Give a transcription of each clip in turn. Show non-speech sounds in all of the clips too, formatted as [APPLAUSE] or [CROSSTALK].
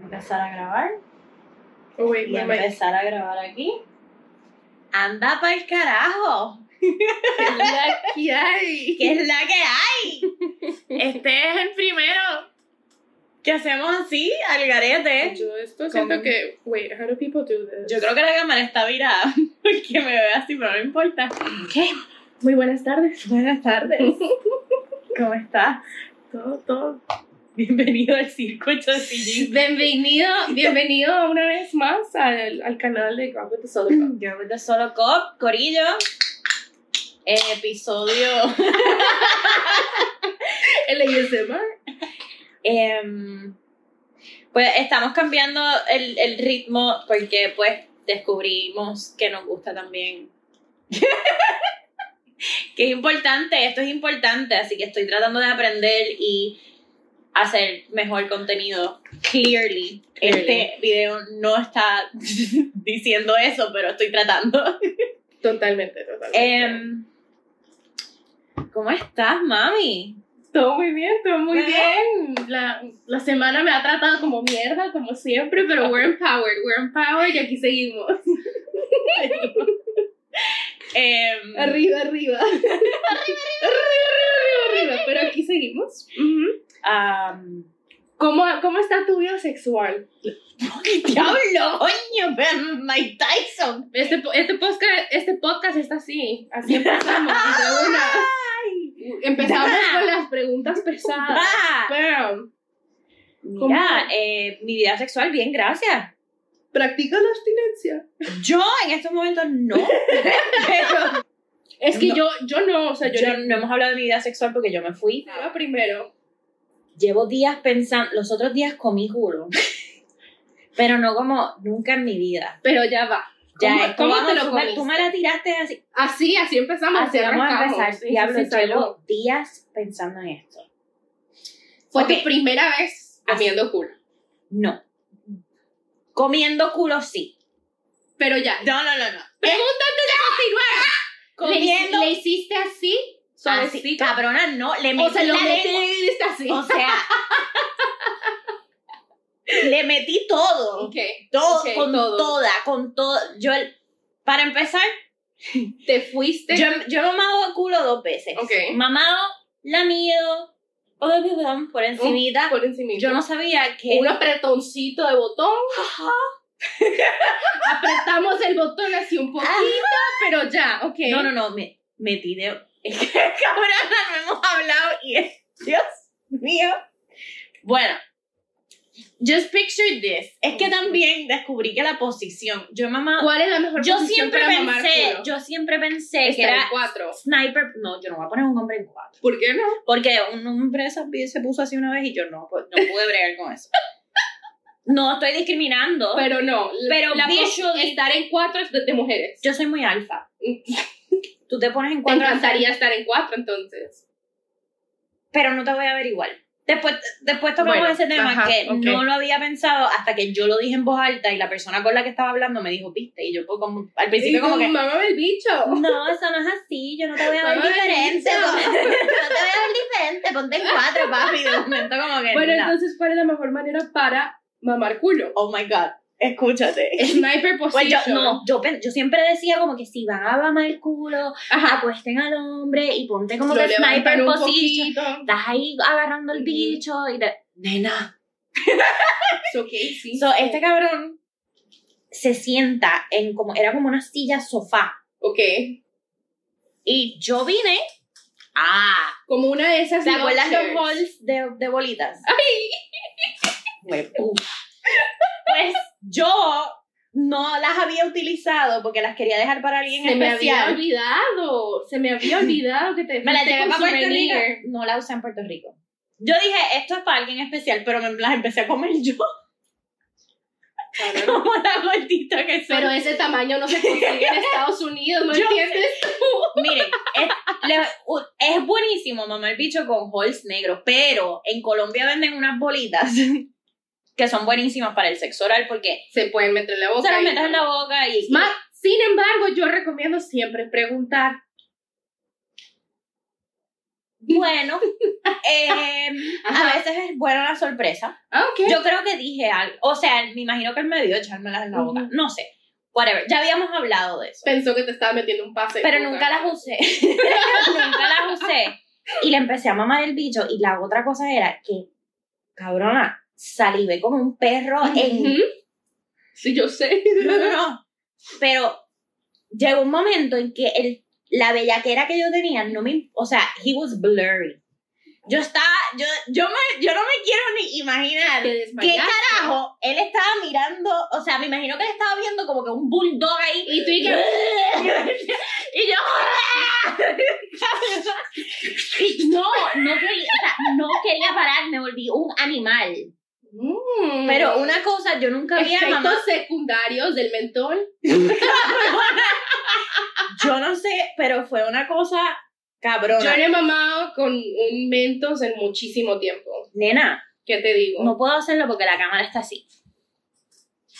empezar a grabar Oh, wait, y wait, [LAUGHS] wait. empezar a grabar aquí. Anda pa'l carajo, ¿Qué es la que hay? que es la que hay. Este es el primero. ¿Qué hacemos así al garete? Yo esto siento Con- que. Wait, how do people do this? Yo creo que la cámara está virada [LAUGHS] porque me ve así, pero no importa. Muy buenas tardes. Buenas tardes. ¿Cómo estás? Todo, todo. Bienvenido al circo Chocillín. Bienvenido, bienvenido una vez más al, al canal de God with the Soda Pop. Yo de Solo Cop, Corillo. Eh, Episodio. El ASMR. Em, pues estamos cambiando el, el ritmo porque pues descubrimos que nos gusta también. [LAUGHS] que es importante, esto es importante, así que estoy tratando de aprender y hacer mejor contenido. Clearly, Clearly. este video no está [LAUGHS] diciendo eso, pero estoy tratando. Totalmente, totalmente. Em, ¿Cómo estás, mami? todo muy bien, todo muy ¿verdad? bien. La, la semana me ha tratado como mierda, como siempre, pero we're empowered, we're empowered y aquí seguimos. [LAUGHS] Em, Arriba, arriba. [LAUGHS] arriba, arriba, arriba, arriba. Pero aquí seguimos. Ujú. am, ¿Cómo, ¿Cómo está tu vida sexual? ¡Qué diablo, [LAUGHS] coño! Pero Mike Tyson. Este, po- este, podcast, este podcast está así. Así [LAUGHS] empezamos. de una. ¡Ay! Empezamos con las preguntas pesadas. Va. Bam. Ah, Mira, eh, mi vida sexual, bien, gracias. ¿Practica la abstinencia? Yo en estos momentos no. pero Es que No. yo, yo no, o sea, yo, yo no. no hemos hablado de mi vida sexual porque yo me fui. Estaba primero. Llevo días pensando, los otros días comí juro. [LAUGHS] Pero no como nunca en mi vida. Pero ya va. Ya eh, es ¿Cómo- cómo como te lo tú me- comiste? Tú me la tiraste así. Así, así empezamos. así vamos a arrancamos. empezar. Sí, sí, Diablo, sí, salud. llevo días pensando en esto. Fue Ok. tu primera vez comiendo culo. No. Comiendo culo sí. Pero ya, No, no, no, no. [LAUGHS] Comiendo. Comiendo. Ah, Le, hiciste así, Así, suavecito. cabrona, no, le o metí se lo la lengua. metiste así. O sea, [LAUGHS] le metí todo. ok. Todo, ok, con todo. toda, con todo. Yo, el- para empezar, Te fuiste. yo, yo he mamado el culo dos veces. Ok. Mamado, lamido, oh, perdón, por encimita. por encima. Yo no sabía que... Un apretoncito de botón. Apretamos el botón así un poquito, [LAUGHS] Ah, pero ya, ok. No, no, no, me metí de... Es que, [LAUGHS] cabrona, no hemos hablado y es... Dios mío. Bueno. Just picture this. Es que también descubrí que la posición... Yo, mamá... ¿Cuál es la mejor Yo posición siempre para mamar pensé... culo? Yo siempre pensé que Está en era... cuatro. Sniper... No, yo no voy a poner un hombre en cuatro. ¿Por qué no? Porque un hombre se, se puso así una vez y yo no, pues, no pude bregar con eso. No estoy discriminando. Pero no. Pero la pos- visually- estar en cuatro es de, de mujeres. yo soy muy alfa. Tú te pones en Te cuatro... encantaría estar en cuatro, entonces. pero no te voy a ver igual. Después, después tocamos Bueno, ese tema ajá, que ok. no lo había pensado hasta que yo lo dije en voz alta y la persona con la que estaba hablando me dijo, viste, y yo pues, como, al principio Y como tú, que... Mamá del bicho. No, eso no es así, yo no te voy a ver Mamá, diferente. no. ponte- [LAUGHS] No te voy a ver diferente, ponte en cuatro, papi. De momento como que... Bueno, no. entonces, ¿cuál es la mejor manera para mamar culo? Oh my God, escúchate. [LAUGHS] Sniper Pues yo, position. no, yo, pen- yo siempre decía como que si van a mamar el culo, Ajá. acuesten al hombre y ponte Ah, como Lo que sniper levantan un position. [LAUGHS] poquito. Estás ahí agarrando el Ujú. bicho y te... Nena, It's okay, sí. So, este cabrón se sienta en como, era como una silla sofá. Ok. Y yo vine. Ah, Como una de esas. ¿te acuerdas lounge los chairs. balls de, de bolitas? [LAUGHS] Ay, Hue- uf. Pues yo no las había utilizado porque las quería dejar para alguien se me había especial. olvidado. Se me había olvidado que [LAUGHS] te Me las fuiste llevé con para Puerto souvenir. Rico. No las usé en Puerto Rico. Yo dije, esto es para alguien especial, pero me las empecé a comer [LAUGHS] yo Claro. como la gordita que soy. [LAUGHS] Pero ese tamaño no se consigue en Estados Unidos, ¿no [LAUGHS] Yo- entiendes? Miren, es, le- u- es buenísimo mamar bicho con holes negros, pero en Colombia venden unas bolitas [LAUGHS] que son buenísimas para el sexo oral porque Se pueden meter en la boca. se las y- metes en la boca y... Más, sin embargo, yo recomiendo siempre preguntar Bueno, eh, a veces es buena la sorpresa. Ah, Ok. Yo creo que dije algo, o sea, me imagino que él me vio echármelas en la boca, Ujú. no sé, whatever, ya habíamos hablado de eso, Pensó que te estaba metiendo un pase. pero nunca las usé, [LAUGHS] nunca las usé y le empecé a mamar el bicho y la otra cosa era que, cabrona, salivé como un perro en [LAUGHS] Ujú. Sí, yo sé. [LAUGHS] No, [LAUGHS] no, no. Pero llegó un momento en que el, la bellaquera que yo tenía no me. O sea, he was blurry. Yo estaba. Yo, yo, me, yo no me quiero ni imaginar. Te ¿Qué desmayaste. carajo? Él estaba mirando. O sea, me imagino que él estaba viendo como que un bulldog ahí. Y tú y Y yo. que. y no, no quería, o sea, no quería parar, me volví un animal. Mm. Pero una cosa, yo nunca había Efectos mamado- secundarios del mentón. Yo no sé, pero fue una cosa cabrona. Yo no he mamado con un mentos en muchísimo tiempo. Nena, ¿Qué te digo? no puedo hacerlo porque la cámara está así.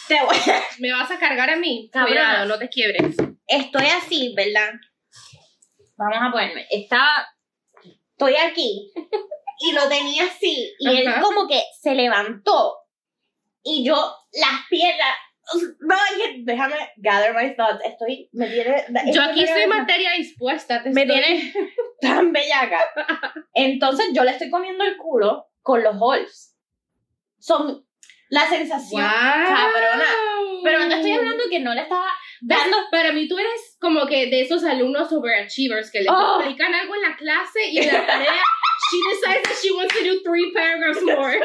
Te voy- ¿Me vas a cargar a mí? Cabrona. Cuidado, no te quiebres. Estoy así, ¿verdad? Vamos a ponerme. Estaba. Estoy aquí. Y lo tenía así. Y él Ajá. como que se levantó. Y yo, las piernas. No, oye, déjame gather my thoughts. Estoy. Me tiene. Yo esto aquí me estoy tiene- materia dispuesta. Te me estoy- [LAUGHS] tiene tan bellaca. Entonces yo le estoy comiendo el culo con los holes. Son la sensación. Cabrona. Pero no estoy hablando que no le estaba [LAUGHS] dando. Para mí tú eres como que de esos alumnos overachievers que les Oh. explican algo en la clase y en [LAUGHS] la tarea she decides that she wants to do three paragraphs more.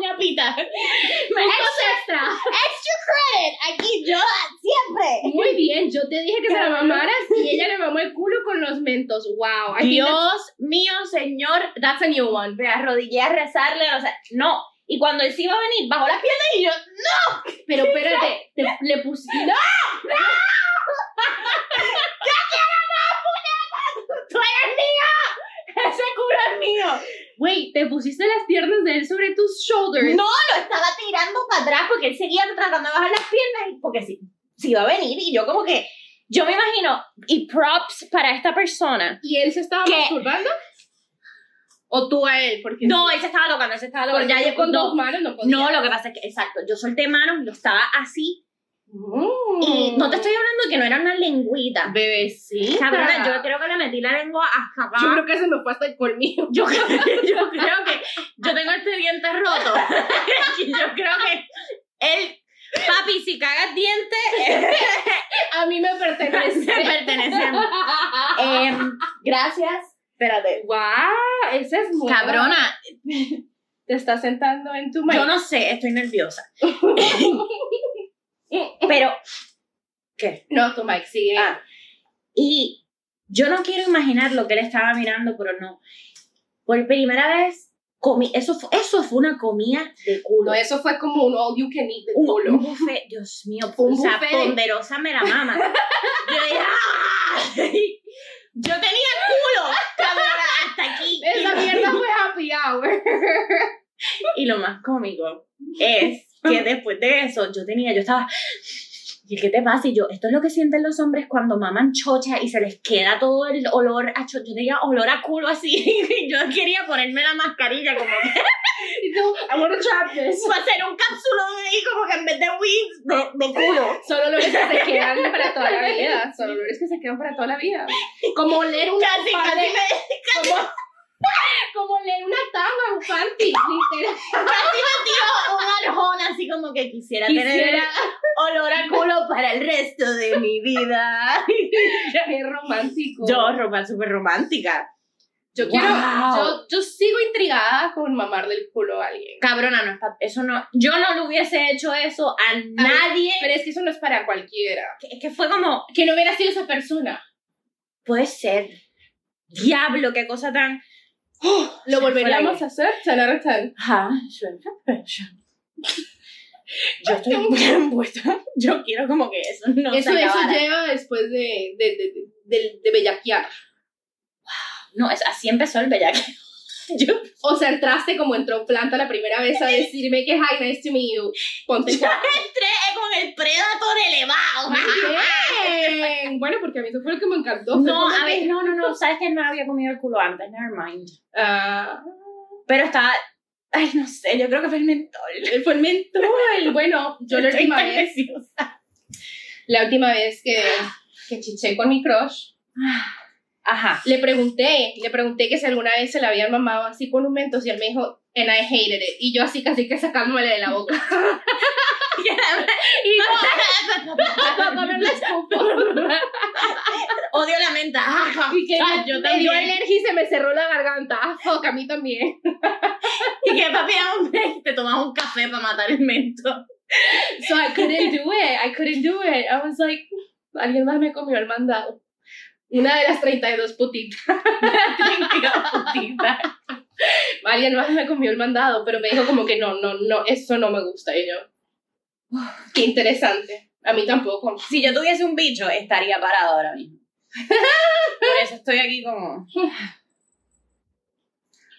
ñapita. Puntos extra. Extra credit. Aquí yo siempre. [LAUGHS] Muy bien, yo te dije que se la mamaras y ella le mamó el culo con los mentos. Wow. I think Dios mío, señor. that's a new one. Me arrodillé a rezarle. O sea, no. Y cuando él sí iba a venir, bajó las piernas y yo. [LAUGHS] Pero espérate, te- le puse. ¡No! ¡Tú eres mío! [LAUGHS] ¡Ese culo es mío! Wait, te pusiste las piernas de él sobre tus shoulders. No, lo estaba tirando para atrás porque él seguía tratando de bajar las piernas. y- Porque sí, sí iba a venir. Y yo, como que. Yo me imagino. Y props para esta persona. ¿Y él se estaba ¿Qué? masturbando? ¿O tú a él? Porque No, él se estaba tocando, él se estaba tocando. Porque Ya yo tú con dos manos no podía. No, lo que pasa es que, exacto, yo solté manos, lo estaba así. Mm. Y no te estoy hablando que no era una lengüita. Bebecita. Cabrona, yo creo que le metí la lengua hasta acá. Yo creo que se me fue hasta el colmillo. [LAUGHS] Yo creo, yo creo que yo tengo este diente roto. [LAUGHS] Y yo creo que él, papi, si cagas diente, [LAUGHS] A mí me pertenece. pertenece. [LAUGHS] Eh, Em, gracias. Espérate. wow, esa es muy Cabrona, Te estás sentando en tu yo mano. no sé, estoy nerviosa. Pero, ¿qué? [LAUGHS] No, tu mic sigue. Ah. Y yo no quiero imaginar lo que él estaba mirando, pero no. Por primera vez, comí, eso, fu- eso fue una comida de culo. No, eso fue como un all you can eat de un, un culo. buffet, Dios mío, Un o sea, buffet. ponderosa me la mama. yo dije, ¡ah! Yo tenía culo, cabrona, hasta aquí. [LAUGHS] Esa mierda fue happy hour. [LAUGHS] Y lo más cómico es que después de eso yo tenía, yo estaba, ¿y qué te pasa? Y yo, esto es lo que sienten los hombres cuando maman chocha y se les queda todo el olor a chocha. Yo tenía olor a culo así. [LAUGHS] y yo quería ponerme la mascarilla como que Y tú, I wanna trap this. para [LAUGHS] hacer un cápsulo y como que en vez de wings, de, de culo. Son olores que se quedan para toda la vida. Son olores que se quedan para toda la vida. Como oler una Casi, [LAUGHS] casi panty. me, Como, como oler una tanga, un panty. Literal. casi me tiró un arjón así como que quisiera, tener [LAUGHS] Quisiera. olor a culo para el resto de mi vida. Qué romántico. yo, ropa súper romántica. Yo quiero. Wow. Yo, yo sigo intrigada con mamarle el culo a alguien. Cabrona, no es pa- eso no, yo no le hubiese hecho eso a nadie. Pero es que eso no es para cualquiera. Es que fue como, Que no hubiera sido esa persona. puede ser. Diablo, qué cosa tan. ¿Lo Se fue la volveríamos idea. a hacer? ¿Sanar tan? Ajá, suena, suena. [LAUGHS] Yo estoy muy envuelta. Yo quiero como que eso no Eso, se eso acabara. lleva después de, de, de, de, de- de bellaquear. No, es, así empezó el bellaque. [LAUGHS] Yo, O sea, entraste como entró planta la primera vez a decirme que hi, nice to meet you. [LAUGHS] Ponte yo entré con el predator elevado. Bien. Bueno, porque a mí eso fue lo que me encantó. Fue No, como a que- ver, no, no, no, sabes que no había comido el culo antes, never mind. Ah, Pero estaba, ay, no sé, yo creo que fue el mentol. fue el mentol. Bueno, yo la Estoy última tan vez, nerviosa. la última vez que, que chiché con mi crush, Ajá. le pregunté, le pregunté que si alguna vez se la habían mamado así con un mentos y él me dijo, and I hated it. Y yo así casi que sacándome de [LAUGHS] la boca. Y no, no me la [LAUGHS] escupo. [LAUGHS] Odio la menta. Ah, Y que ah, me, dio energía y se me cerró la garganta. Ah, fuck, a mí también. Y que papi, hombre, te tomas un café para matar el [LAUGHS] mento. So I couldn't do it. I couldn't do it. I was like, alguien más me comió el mandado. Una de las 32 putitas. putita. Alguien más me comió el mandado, pero me dijo como que no, no, no, eso no me gusta. Y yo, qué interesante. A mí tampoco. Si yo tuviese un bicho, estaría parado ahora mismo. Por eso estoy aquí como.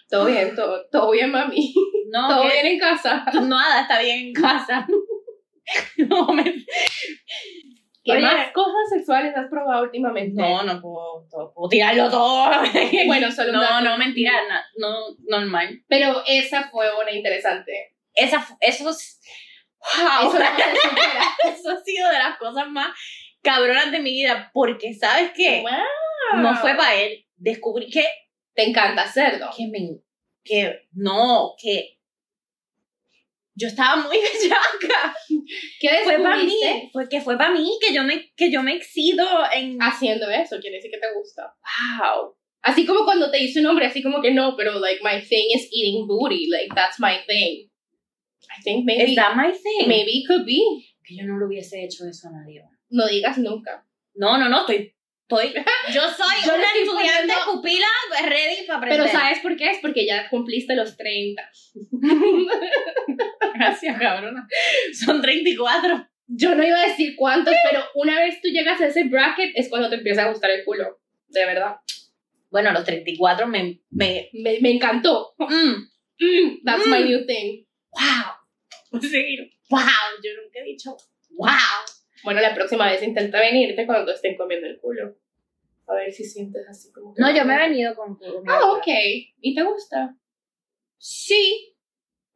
Todo bien, todo, todo bien, mami. [LAUGHS] No, Todo que- bien en casa. nada está bien en casa. [LAUGHS] No, me- ¿Qué Oye. más cosas sexuales has probado últimamente? no, no puedo, todo- puedo tirarlo [LAUGHS] todo. [LAUGHS] Bueno, solo un No, dato. no, mentira, na- no, normal. Pero esa fue una interesante. Esa, fu- eso, es- wow, Eso no se supera. [LAUGHS] [LAUGHS] eso ha sido de las cosas más cabronas de mi vida, porque ¿sabes qué? Wow. No fue para él. Descubrí que, Te encanta hacerlo. que me, que, no, que yo estaba muy [LAUGHS] bellaca. ¿Qué fue para mí, descubriste fue que fue para mí que yo me que yo me exido en haciendo eso? Quiere decir que te gusta. wow. Así como cuando te dice un hombre, así como que no, pero like my thing is eating booty, like that's my thing. I think maybe Is that my thing? maybe it could be. Que yo no le hubiese hecho eso a nadie. No digas nunca. No, no, no, estoy estoy yo soy Yo le una estoy estudiante poniendo- pupila ready para aprender. Pero ¿sabes por qué? Es porque ya cumpliste los 30. [LAUGHS] gracias, cabrona. Son 34. Yo no iba a decir cuántos, pero una vez tú llegas a ese bracket es cuando te empieza a gustar el culo. De verdad. Bueno, a los 34 me me Me, me encantó. mm, Mm, that's my Mm. new thing. wow. Sí, wow, yo nunca he dicho wow. Bueno, la próxima vez intenta venirte cuando te estén comiendo el culo. A ver si sientes así como que- No, yo me he venido con con- Ah, ok. ¿Y te gusta? Sí.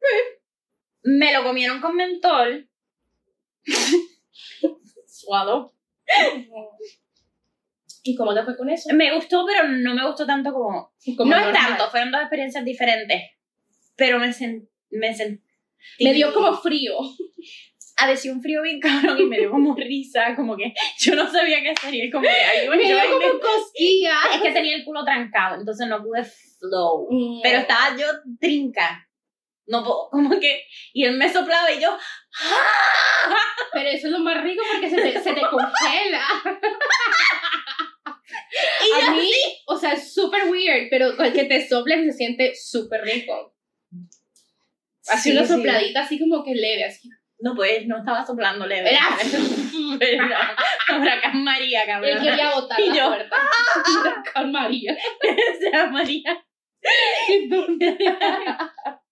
Mm. Me lo comieron con mentol. [LAUGHS] Suado. ¿Y cómo te fue con eso? Me gustó, pero no me gustó tanto como. Como no es normal. tanto, fueron dos experiencias diferentes. Pero me, sen- me sentí. Me dio como frío. A decir Ah, un frío bien cabrón y me dio como risa, como que yo no sabía qué hacer. Y él como que "Ay, bueno, Me dio yo me- como cosquilla. Es que tenía el culo trancado, entonces no pude flow. Mm. Pero estaba yo trinca. No, puedo- como que. Y él me soplaba y yo. ¡Ah! Pero eso es lo más rico porque se te, se te congela. [LAUGHS] Y yo- A mí, o sea, es súper weird, pero con que te soplen se siente súper rico. Así Sí, una sí. sopladita, así como que [LAUGHS] leve, así. No, pues no estaba soplando leve. [LAUGHS] Era Era- Huracán María, Él cabrón. [LAUGHS] quería botar Y la yo, ¡ah! puerta. [LAUGHS] Con María. O sea, María. [LAUGHS]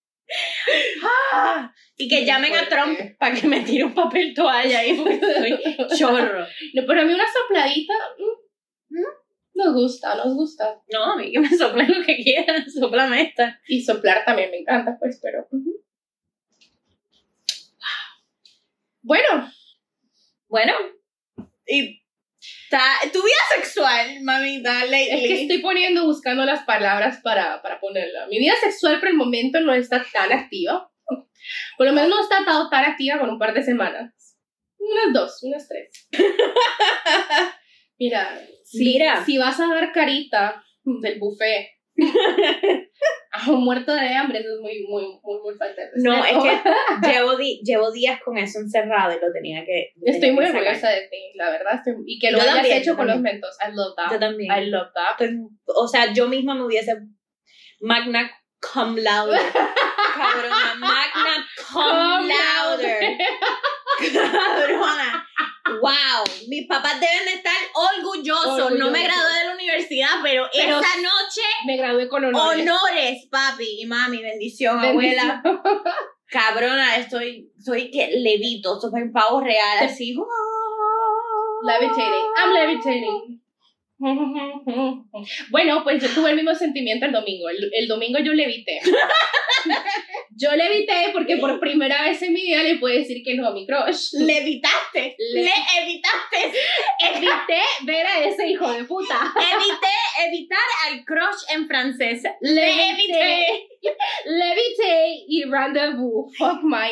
Ah, y que Qué llamen a fuerte. Trump para que me tire un papel toalla ahí porque soy chorro. No, pero a mí una sopladita mm, mm, nos gusta, nos gusta. No, a mí que me soplen lo que [LAUGHS] quieran, soplame esta. Y soplar también me encanta, pues, pero. ujú. Bueno, Bueno, y ta- tu vida sexual, mamita, lately. es que estoy poniendo, buscando las palabras para, para ponerla. Mi vida sexual por el momento no está tan activa. Por lo menos no está tan, tan activa con un par de semanas. Unas dos, [LAUGHS] unas tres. Mira, si, Mira. si vas a dar carita [LAUGHS] del buffet a un muerto de hambre, eso es muy, muy, muy, muy falta de No, es respeto. [LAUGHS] que llevo, di- llevo días con eso encerrado y lo tenía que. lo Estoy tenía muy que sacar. orgullosa de ti, la verdad. estoy- y que lo Yo hayas también, hecho yo con los también. mentos. I love Yo that. también. I love that. Pues, o sea, yo misma me hubiese magna cum laude. Cabrona, magna cum Cum laude. Cabrona. Wow, mis papás deben de estar orgullosos. No me Orgullosos. gradué de la universidad, pero, Pero- esa noche, Me gradué Oh, con honores. honores, papi y mami, bendición, Bendición. abuela. Cabrona, estoy, soy que levito, soy un pavo real, así. Levitating. I'm [LAUGHS] levitating. Bueno, pues yo tuve el mismo sentimiento el domingo. El, el domingo yo [LAUGHS] levité. Yo levité porque por primera vez en mi vida le puedo decir que no a mi crush. Levitaste, Le- le evitaste. Evité ver a ese hijo de puta. Evité evitar al crush en francés. Le Levité. evité. Levité y rendezvous. Fuck my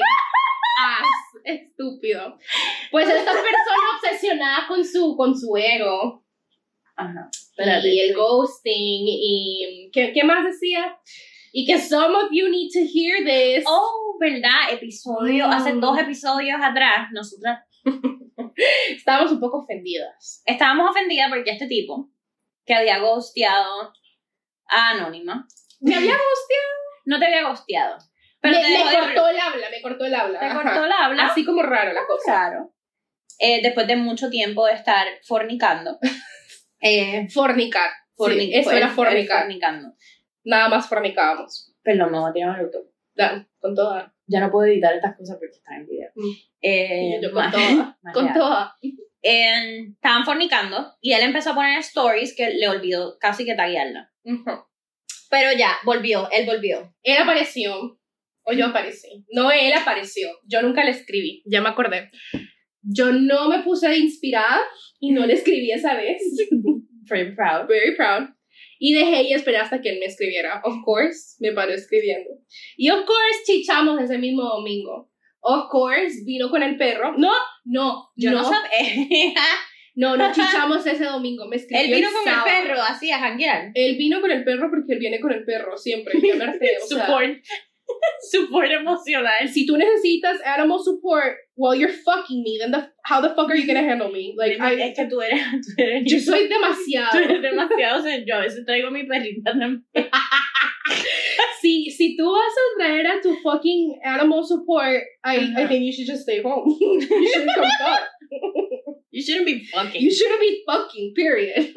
ass. Estúpido. Pues esta persona obsesionada con su, con su ego. Ajá. y el ghosting y ¿qué, qué más decía y que some of you need to hear this Oh, ¿verdad? Episodio, Mm. hace dos episodios atrás, nosotras estábamos un poco ofendidas estábamos ofendidas porque este tipo que había gosteado a Anónima. me había ghosteado No te había gosteado. Pero [LAUGHS] me, te me dejó de cortó el habla me cortó el habla hablar. Te ajá. cortó la habla. así como raro la cosa Claro. Eh, después de mucho tiempo de estar [LAUGHS] fornicando. Eh, fornicar forni- Sí, eso fue- era fue fornicar fornicando. nada más fornicábamos Perdón, me voy a tirar un luto. Da- con toda Ya no puedo editar estas cosas porque están en video. Mm. Eh, Y yo con ma- [LAUGHS] toda con mareada. toda Eh, estaban fornicando y él empezó a poner stories que le olvidó casi que taguearla. Ujú. Pero ya, volvió, él volvió. él apareció o yo aparecí no él apareció yo nunca le escribí ya me acordé yo no me puse inspirada y no le escribí esa vez Pretty proud. very proud. Y dejé y esperé hasta que él me escribiera. Of course, me paró escribiendo. Y of course, chichamos ese mismo domingo. Of course, vino con el perro. No, no, Yo no, no, [LAUGHS] no, sabía. [LAUGHS] no, chichamos ese domingo. Me escribió él vino el con sábado. el perro así a janguear. Él vino con el perro porque él viene con el perro siempre. ya [LAUGHS] me harté, o sea, support emocional. si tú necesitas animal support while you're fucking me, then the, how the fuck are you gonna handle me? Like, I- es que tú eres, [LAUGHS] tú eres, yo [LAUGHS] soy tú demasiado. eres demasiado. o sea, yo a veces traigo a mi perrita también. si, si tú vas a traer a tu fucking animal support, I, I Ajá. think you should just stay home. [LAUGHS] you shouldn't come back. You shouldn't be fucking. You shouldn't be fucking, period.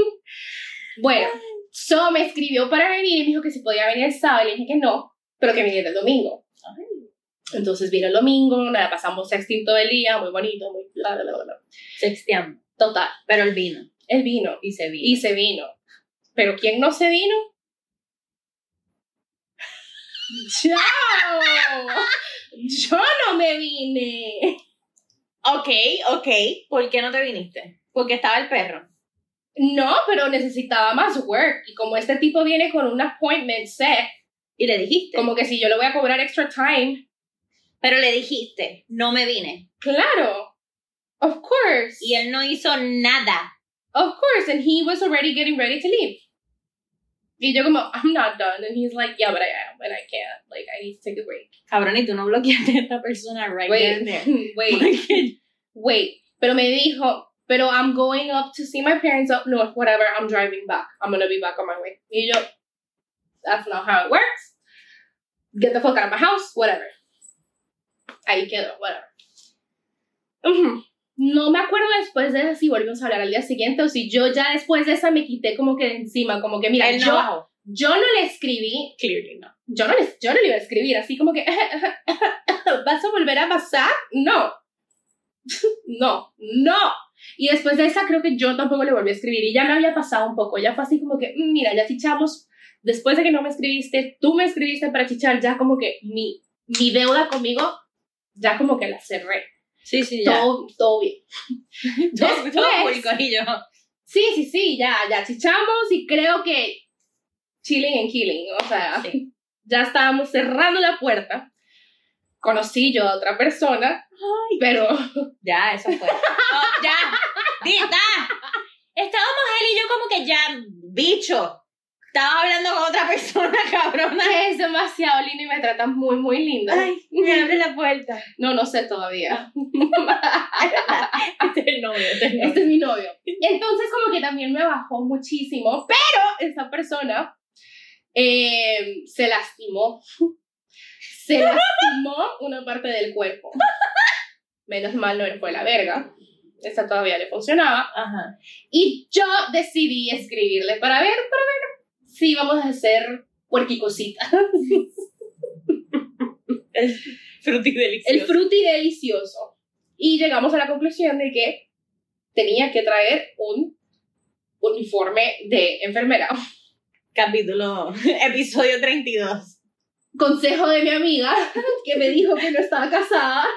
bueno, So me escribió para venir y me dijo que si podía venir el sábado. Y le dije que no, pero que viniera el domingo. Entonces vino el domingo, nada, pasamos sexting todo el día, muy bonito, muy bla, bla, bla, bla. Sexteando. Total, Pero él vino él vino y se vino. y se vino. Pero ¿quién no [LAUGHS] se vino? ¡Chao! Yo no me vine. Ok, ok. ¿Por qué no te viniste? Porque estaba el perro. No, pero necesitaba más work. Y como este tipo viene con un appointment set, Y le dijiste. como que si yo le voy a cobrar extra time. Pero le dijiste, no me vine. Claro. Of course. Y él no hizo nada. Of course. And he was already getting ready to leave. Y yo como, I'm not done. And he's like, yeah, but I am. And I can't. Like, I need to take a break. Cabrón, y tú no bloqueaste a esta persona right Wait, then and there. [LAUGHS] wait. Porque- wait, pero me dijo, pero I'm going up to see my parents up north, whatever, I'm driving back. I'm gonna be back on my way. Y yo, that's not how it works. Get the fuck out of my house, whatever. Ahí quedó, whatever. Ujú. No me acuerdo después de si volvimos a hablar al día siguiente o si yo ya después de esa me quité como que de encima, como que mira, él no yo, bajó. yo no le escribí, Clearly no. yo no, le, yo no le iba a escribir, así como que, [LAUGHS] ¿vas a volver a pasar? No. [LAUGHS] no, no. Y después de esa creo que yo tampoco le volví a escribir y ya me había pasado un poco, ya fue así como que, "Mm, mira, ya chichamos, después de que no me escribiste, tú me escribiste para chichar, ya como que mi, mi deuda conmigo, ya como que la cerré. Sí, sí, Todo, todo bien. Todo, todo Después- público y yo. Sí, sí, sí, ya, ya chichamos y creo que chilling and killing, o sea, Sí. ya estábamos cerrando la puerta. Conocí yo a otra persona, pero [LAUGHS] Ya, eso [LAUGHS] fue. No, ya. Dita. Estábamos él y yo como que ya, bicho. Estaba hablando con otra persona, [LAUGHS] cabrona. es demasiado lindo y me trata muy, muy lindo. Ay, me abre la puerta. No, no sé todavía. Este es el novio, este es el Este es mi novio. Entonces como que también me bajó muchísimo, pero esa persona eh, se lastimó. [LAUGHS] Se lastimó una parte del cuerpo. Menos mal no fue la verga. esta todavía le funcionaba. Ajá. Y yo decidí escribirle para ver, para ver si vamos a hacer puerquicositas. El fruti El delicioso. fruti delicioso. Y llegamos a la conclusión de que tenía que traer un uniforme de enfermera. Capítulo, [LAUGHS] episodio 32. consejo de mi amiga que me dijo que no estaba casada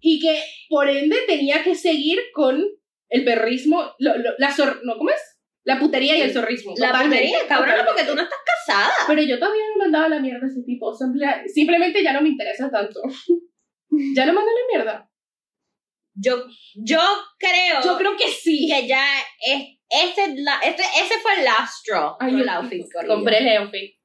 y que por ende tenía que seguir con el perrismo, lo- lo- la zor- no, ¿cómo es? La putería y el zorrismo. Totalmente, totalmente. no estás casada. Pero yo todavía no mandaba la mierda a ese tipo, simple- simplemente ya no me interesa tanto. [LAUGHS] Ya lo mandé a la mierda. Yo, yo creo Yo creo que sí. que ya es, ese, es la- este- ese fue el last straw. Ay, Compró yo el outfit. que compré horrible. el outfit.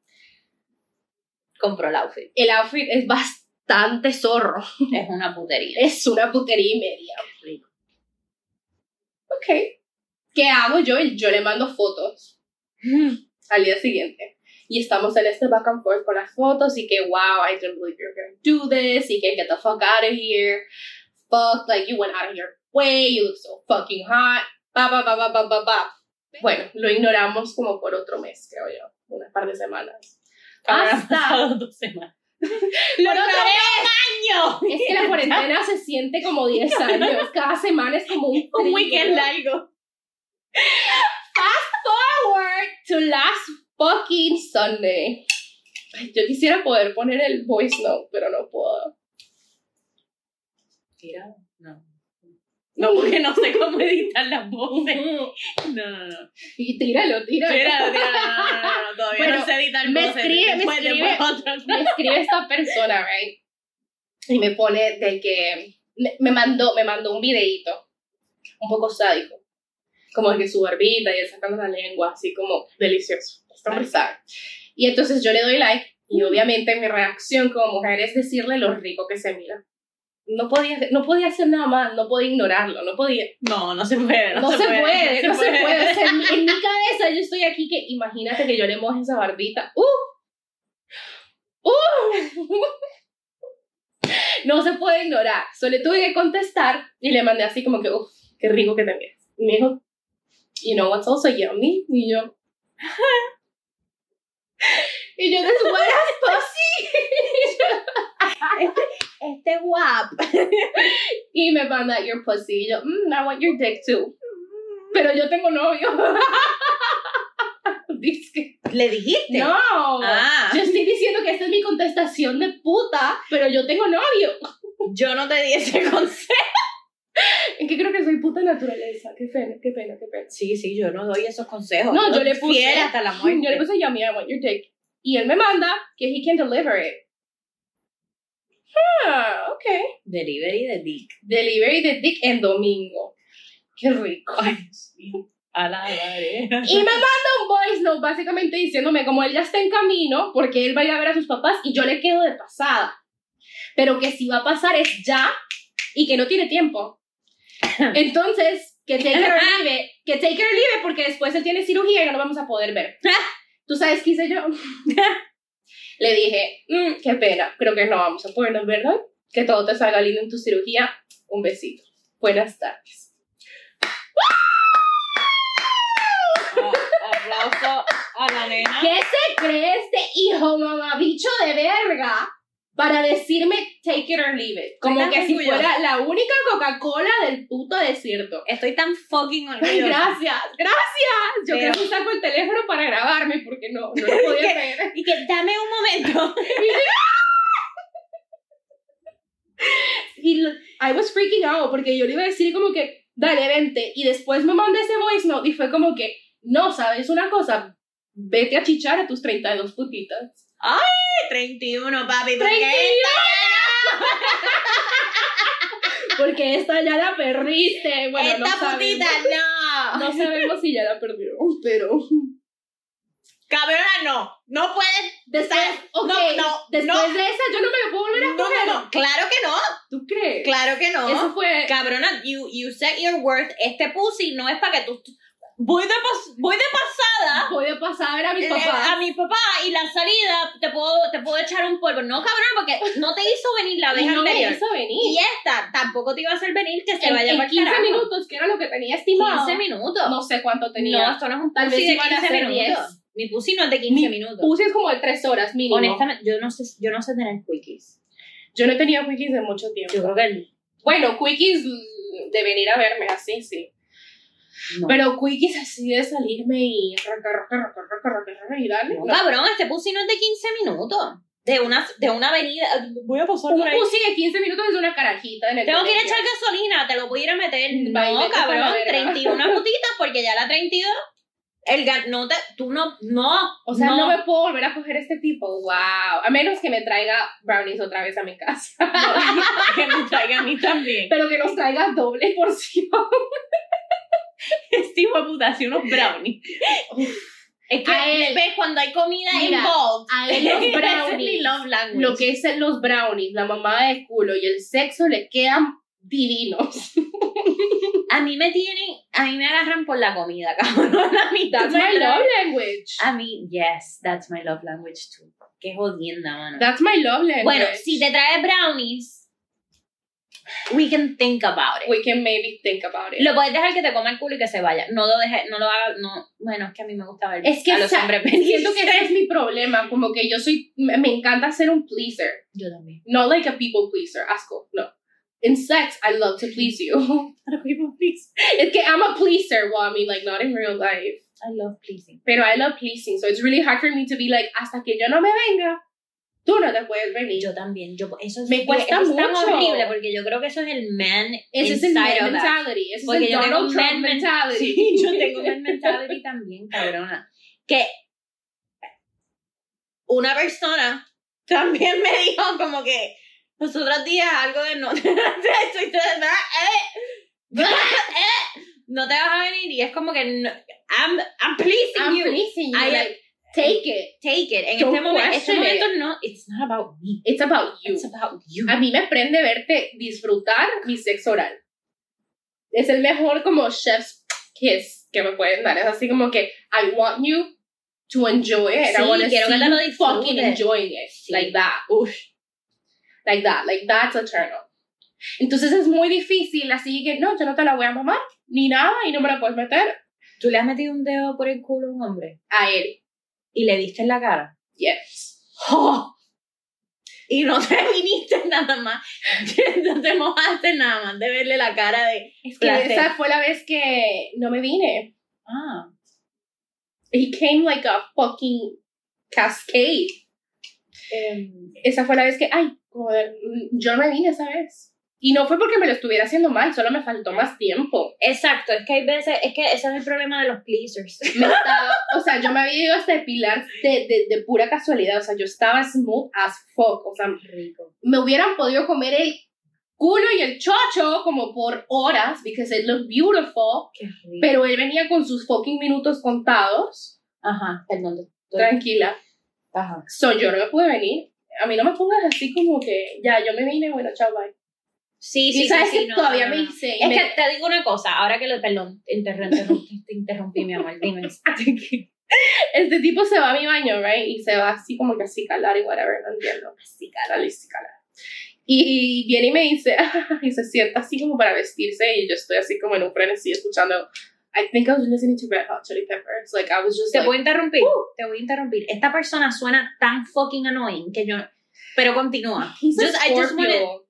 Compró el outfit. El outfit es bastante zorro. Es una putería. Es una putería y media. rico. Ok. ¿Qué hago yo? Yo le mando fotos. al día siguiente. Y estamos en este back and forth con las fotos y que, wow, I don't believe you're gonna do this y que, get the fuck out of here. Fuck, like, you went out of your way, you look so fucking hot. Ba, ba, ba, ba, ba, ba, ba. Bueno, lo ignoramos como por otro mes, creo yo, unas par de semanas. Ahora Hasta- han pasado dos semanas. Por ¡Por otro otro año! Es que la cuarentena se siente [LAUGHS] como 10 años, cada semana es como un, Un weekend thriller. largo. forward to last fucking Sunday. Ay, Yo quisiera poder poner el voice note, pero no puedo. Tira, no. No, porque no sé cómo editar las voces. No, no, no. Y tíralo, tíralo. Tira, tira, no, no, no, no, todavía Bueno, no sé editar me voces. escribe- me después, escribe- después otro- Me escribe esta persona, right? Y me pone de que me, me mandó, me mandó un videito un poco sádico. Como de que su barbita y él sacando la lengua, así como delicioso. Este hombre sabe. Y entonces yo le doy like y obviamente mi reacción como mujer es decirle lo rico que se mira. No podía, no podía hacer nada más, no podía ignorarlo, no podía. No, no se puede. [LAUGHS] No, se, puede, no se puede. O sea, en, mi- [LAUGHS] en mi cabeza yo estoy aquí que imagínate que yo le moje esa barbita. ¡Uh! ¡Uh! [LAUGHS] No se puede ignorar. Solo le tuve que contestar y le mandé así como que, uff, qué rico que te miras. Y me dijo, you know what's also yummy? Y yo, y yo, that's what I'm pussy. Este guap. [LAUGHS] y me manda your pussy. Y yo, mm, I want your dick too. Pero yo [LAUGHS] tengo novio. Disque. ¿Le dijiste? No. Ah. Yo estoy diciendo que esta es mi contestación de puta, pero yo tengo novio. Yo no te di ese consejo. Es que creo que soy puta naturaleza. Qué pena, qué pena, qué pena. Sí, sí, yo no doy esos consejos. No, yo le soy puse- fiel hasta [LAUGHS] la muerte. Yo le puse yummy, I want your dick. Y él me manda que he can deliver it. Ah, ok. Delivery de dick. Delivery de dick en domingo. Qué rico. A la madre. Y me manda un voice note básicamente diciéndome como él ya está en camino porque él va a ir a ver a sus papás y yo le quedo de pasada. Pero que si va a pasar es ya y que no tiene tiempo. Entonces, que take it or leave it, que take it or leave it, porque después él tiene cirugía y no lo vamos a poder ver. ¿Tú sabes qué hice yo? Le dije, "Mm, qué pena, creo que no vamos a podernos ver hoy. Que todo te salga lindo en tu cirugía. Un besito. Buenas tardes. [LAUGHS] aplauso a la nena. ¿Qué se cree este hijo mamabicho de verga para decirme take it or leave it? Como Estoy que tan si orgullosa. fuera la única Coca-Cola del puto desierto. Estoy tan fucking Ay, orgullosa. gracias, gracias. Yo Pero- casi saco el teléfono para grabarme porque no, no lo podía ¿Qué? creer. Y que dame un momento. [LAUGHS] Y lo- I was freaking out porque yo le iba a decir como que, dale, vente. Y después me mandé ese voice note y fue como que, no, ¿sabes una cosa? Vete a chichar a tus 32 putitas. 31, papi. ¿por qué? 31. Porque esta ya la perdiste. Bueno, Esta no sabemos. putita, no. No sabemos si ya la perdió, pero. Cabrona, no. No puedes. Después, No, ok, no, después de esa yo no me la puedo volver a No, coger. no, no. Claro que no. ¿Tú crees? Claro que no. Eso fue. Cabrona, you, you said your worth. Este pussy no es para que tú. Voy de, pas- voy de pasada. Voy a pasar pasaba era a mis Eh, A papás. mi papá y la salida te puedo, te puedo echar un polvo. No, cabrón, porque no te hizo venir la Y vez no me anterior. hizo venir. Y esta tampoco te iba a hacer venir que se en, vaya en para 15 carajo. minutos, que era lo que tenía estimado. 15 minutos. No sé cuánto No, tenía. esto no es un Tal pussy vez de iban a 15 ser minutos. 10. Mi pussy no es de 15 minutos. Puse es como de 3 horas mínimo. Honestamente, yo no sé, yo no sé tener quickies. Yo no he tenido quickies de mucho tiempo. Yo creo que Bueno, quickies mm, de venir a verme así, sí. no. Pero quickies así de salirme y roca, roca, roca, roca, roca, roca, y dale. No, no. Cabrón, este pussy no es de 15 minutos. De una, de una avenida. Voy a pasar Un pussy de 15 minutos es una carajita en el Tengo que ir a colegio. echar gasolina, te lo voy a ir a meter. Va, y No, vete para la cabrón, verga. 31 putitas, porque ya la 32. El ga- no te, tú no, no. O sea, [LAUGHS] no. me puedo volver a coger este tipo. Wow. A menos que me traiga brownies otra vez a mi casa. [LAUGHS] que me traiga a mí también. [LAUGHS] Pero que nos traiga doble [LAUGHS] porción. Este hijo de puta hace unos brownies. es A que él. ves cuando hay comida Mira, involved. A él [LAUGHS] Ese los es mi brownies. love language. Lo que es en los brownies, la mamada de culo y el sexo le quedan divinos. A mí me tienen, a mí me agarran por la comida, [LAUGHS] cabrón. A mí That's tú me my traes- love language. A mí, yes, that's my love language too. Qué jodienda, mano. That's my love language. Bueno, si te traes brownies, we can think about it. We can maybe think about it. Lo puedes dejar que te coma el culo y que se vaya. No lo dejes, no lo hagas, no. Bueno, es que a mí me gusta ver Es que a los sa- hombres [LAUGHS] Siento venir. que ese es mi problema, como que yo soy, me me encanta ser un pleaser. Yo también. Not like a people pleaser, asco, no. In sex, I love to please you. [LAUGHS] it's que I'm a pleaser, well, I mean, like, not in real life. I love pleasing. Pero I love pleasing, so it's really hard for me to be like, hasta que yo no me venga, tú no te puedes venir. Yo también. Yo, eso es, Me cuesta eso es tan mucho. horrible porque yo creo que eso es el man Ese es el inside man of us. mentality, ese Porque es el yo tengo Donald un Trump man men- mentality. [LAUGHS] Sí, [LAUGHS] yo tengo una mentality también, cabrona. Que una persona también me dijo como que los otros días algo de no [LAUGHS] te estoy tratando, eh, eh, no te vas a venir y es como que no, I'm, I'm pleasing I'm you. pleasing you, I am- like, take it. Take it. En Don't este momento, este question momento no, it's not about me. It's about you. It's about you. A mí me prende verte disfrutar mi sexo oral. Es el mejor como chef's kiss que me pueden dar. Es así como que I want you to enjoy it. Sí, I want quiero que te lo disfrutes. fucking enjoying it. Sí. Like that. Uf. Like that. Like that's a turn on. Entonces es muy difícil, así que no, yo no te la voy a mamar ni nada y no me la puedes meter Tú le has metido un dedo por el culo a un hombre a él. y le diste en la cara. Yes. ¡Oh! Y no te [LAUGHS] viniste nada más. No te mojaste nada más de verle la cara de. Es que Placer. esa fue la vez que no me vine. Ah. He came like a fucking cascade. em, esa fue la vez que, ay, joder, yo me vine esa vez. Y no fue porque me lo estuviera haciendo mal, solo me faltó más tiempo. exacto, es que hay veces. Es que ese es el problema de los pleasers. Me estaba, o sea, yo me había ido hasta depilar de, de, de pura casualidad, o sea, yo estaba smooth as fuck, o sea, Rico. me hubieran podido comer el culo y el chocho como por horas, because it looked beautiful, Qué rico. pero él venía con sus fucking minutos contados, Ajá, perdón. te- te- tranquila. Ajá. So, yo no me pude venir. A mí no me pongas así como que, ya, yo me vine, bueno, chao, bye. Sí, Y sí, sabes sí, sí, que no, todavía no, me no. hice. y Es me- que te digo una cosa, ahora que lo. Perdón, te interrum- te interrumpí, te interrumpí, mi amor. [LAUGHS] Dime. Ah, Este tipo se va a mi baño, right? Y se va así como que así calar y whatever, no entiendo. Así calar y así calar. Y, y viene y me dice, [LAUGHS] y se sienta así como para vestirse y yo estoy así como en un frenesí escuchando. I think I was listening to Red Hot Chili Peppers. Like I was just Te like, voy a interrumpir. Uh. Te voy a interrumpir. Esta persona suena tan fucking annoying que yo. Pero continúa. he's a Just- I just Scorpio. wanted-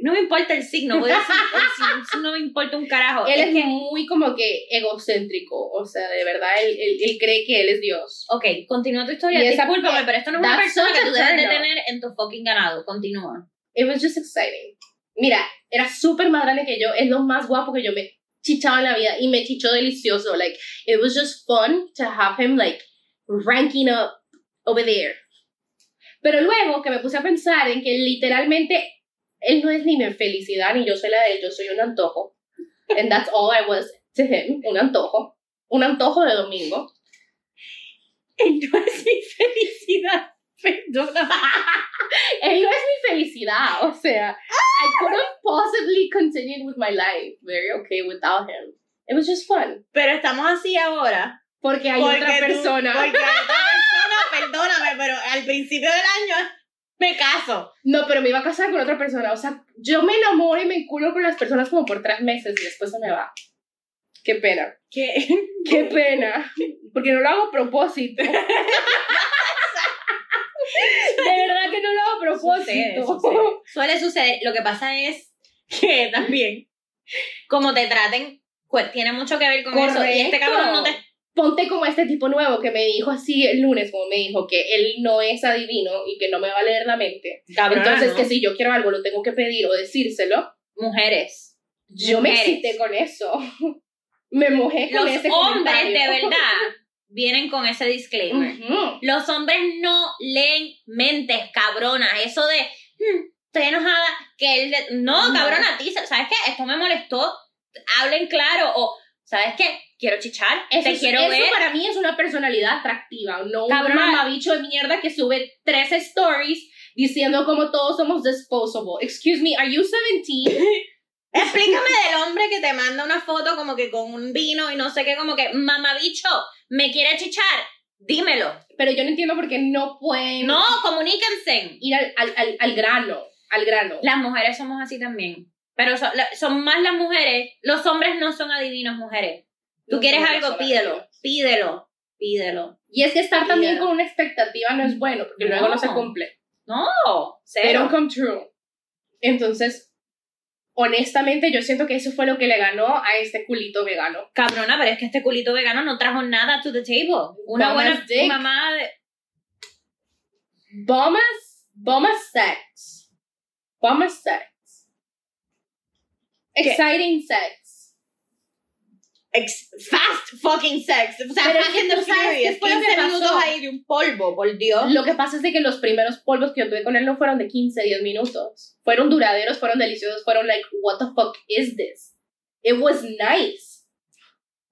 No me importa el signo, voy a decir, [LAUGHS] el signo no me importa un carajo. Él Es es que, muy como que egocéntrico, o sea, de verdad, él, él, él cree que él es Dios. ok, continúa tu historia, Y esa- discúlpame, pero esto no es una That's persona such que a tú debes de turn off. tener en tu fucking ganado, continúa. It was just exciting. Mira, era súper más grande que yo, es lo más guapo que yo me chichaba en la vida y me chichó delicioso. Like, it was just fun to have him, like, ranking up over there. Pero luego que me puse a pensar en que literalmente él no es ni mi felicidad ni yo soy la de él, yo soy un antojo. And that's all I was to him, un antojo. Un antojo de domingo. No es mi felicidad, perdona. Él no es mi felicidad, o sea, I couldn't possibly continue with my life very okay without him. It was just fun. Pero estamos así ahora, Porque hay otra tú- persona. porque hay otra persona, perdóname, pero al principio del año me caso. No, pero me iba a casar con otra persona. O sea, yo me enamoro y me enculo con las personas como por tres meses y después se me va. Qué pena. [LAUGHS] ¿Qué? Qué pena. Porque no lo hago a propósito. De verdad que no lo hago a Sucede, propósito. sucede. Suele suceder. Lo que pasa es que también, como te traten, pues, tiene mucho que ver con eso. Y este Correcto. cabrón no te. Ponte como este tipo nuevo que me dijo así el lunes, como me dijo que él no es adivino y que no me va a leer la mente. Cabrón, Entonces, Ah, ¿no? que si yo quiero algo, lo tengo que pedir o decírselo. Mujeres. Yo me Mujeres. excité con eso. [LAUGHS] Me mojé con Los ese hombres de comentario. verdad vienen con ese disclaimer. [LAUGHS] Ujú. Los hombres no leen mentes, cabronas. Eso de, "Hmm, estoy enojada, que él... le-". No, No. cabrona, a ti, ¿sabes qué? Esto me molestó. Hablen claro. O, ¿sabes qué? Quiero chichar, Eso, te es- quiero eso ver. para mí es una personalidad atractiva, no Cabrón. un mamabicho de mierda que sube tres stories diciendo como todos somos disposable. Excuse me, are you 17? [LAUGHS] Explícame del hombre que te manda una foto como que con un vino y no sé qué, como que, mamabicho, me quiere chichar. Dímelo. Pero yo no entiendo por qué no pueden No, comuníquense. ir al, al, al, al grano, al grano. Las mujeres somos así también. Pero son, la- son más las mujeres. Los hombres no son adivinos, mujeres. Tú No quieres son algo, personas. pídelo, pídelo, pídelo. Y es que estar también Pídelo. con una expectativa no es bueno, porque luego no se No. cumple. No, Pero cero. come true. Entonces, honestamente, yo siento que eso fue lo que le ganó a este culito vegano. Cabrona, pero es que este culito vegano no trajo nada to the table. Una Mama's buena dick. mamá de... Bombas, bombas sex. Bombas sex. Exciting sex. Ex- fast fucking sex. O sea, Pero es fucking que the tú sabes furious. qué fue lo que 15 minutos pasó. ahí de Mm. un polvo, por Dios. Lo que pasa es de que los primeros polvos que yo tuve con él no fueron de 15, 10 minutos. Fueron duraderos, fueron deliciosos, fueron like, what the fuck is this? It was nice.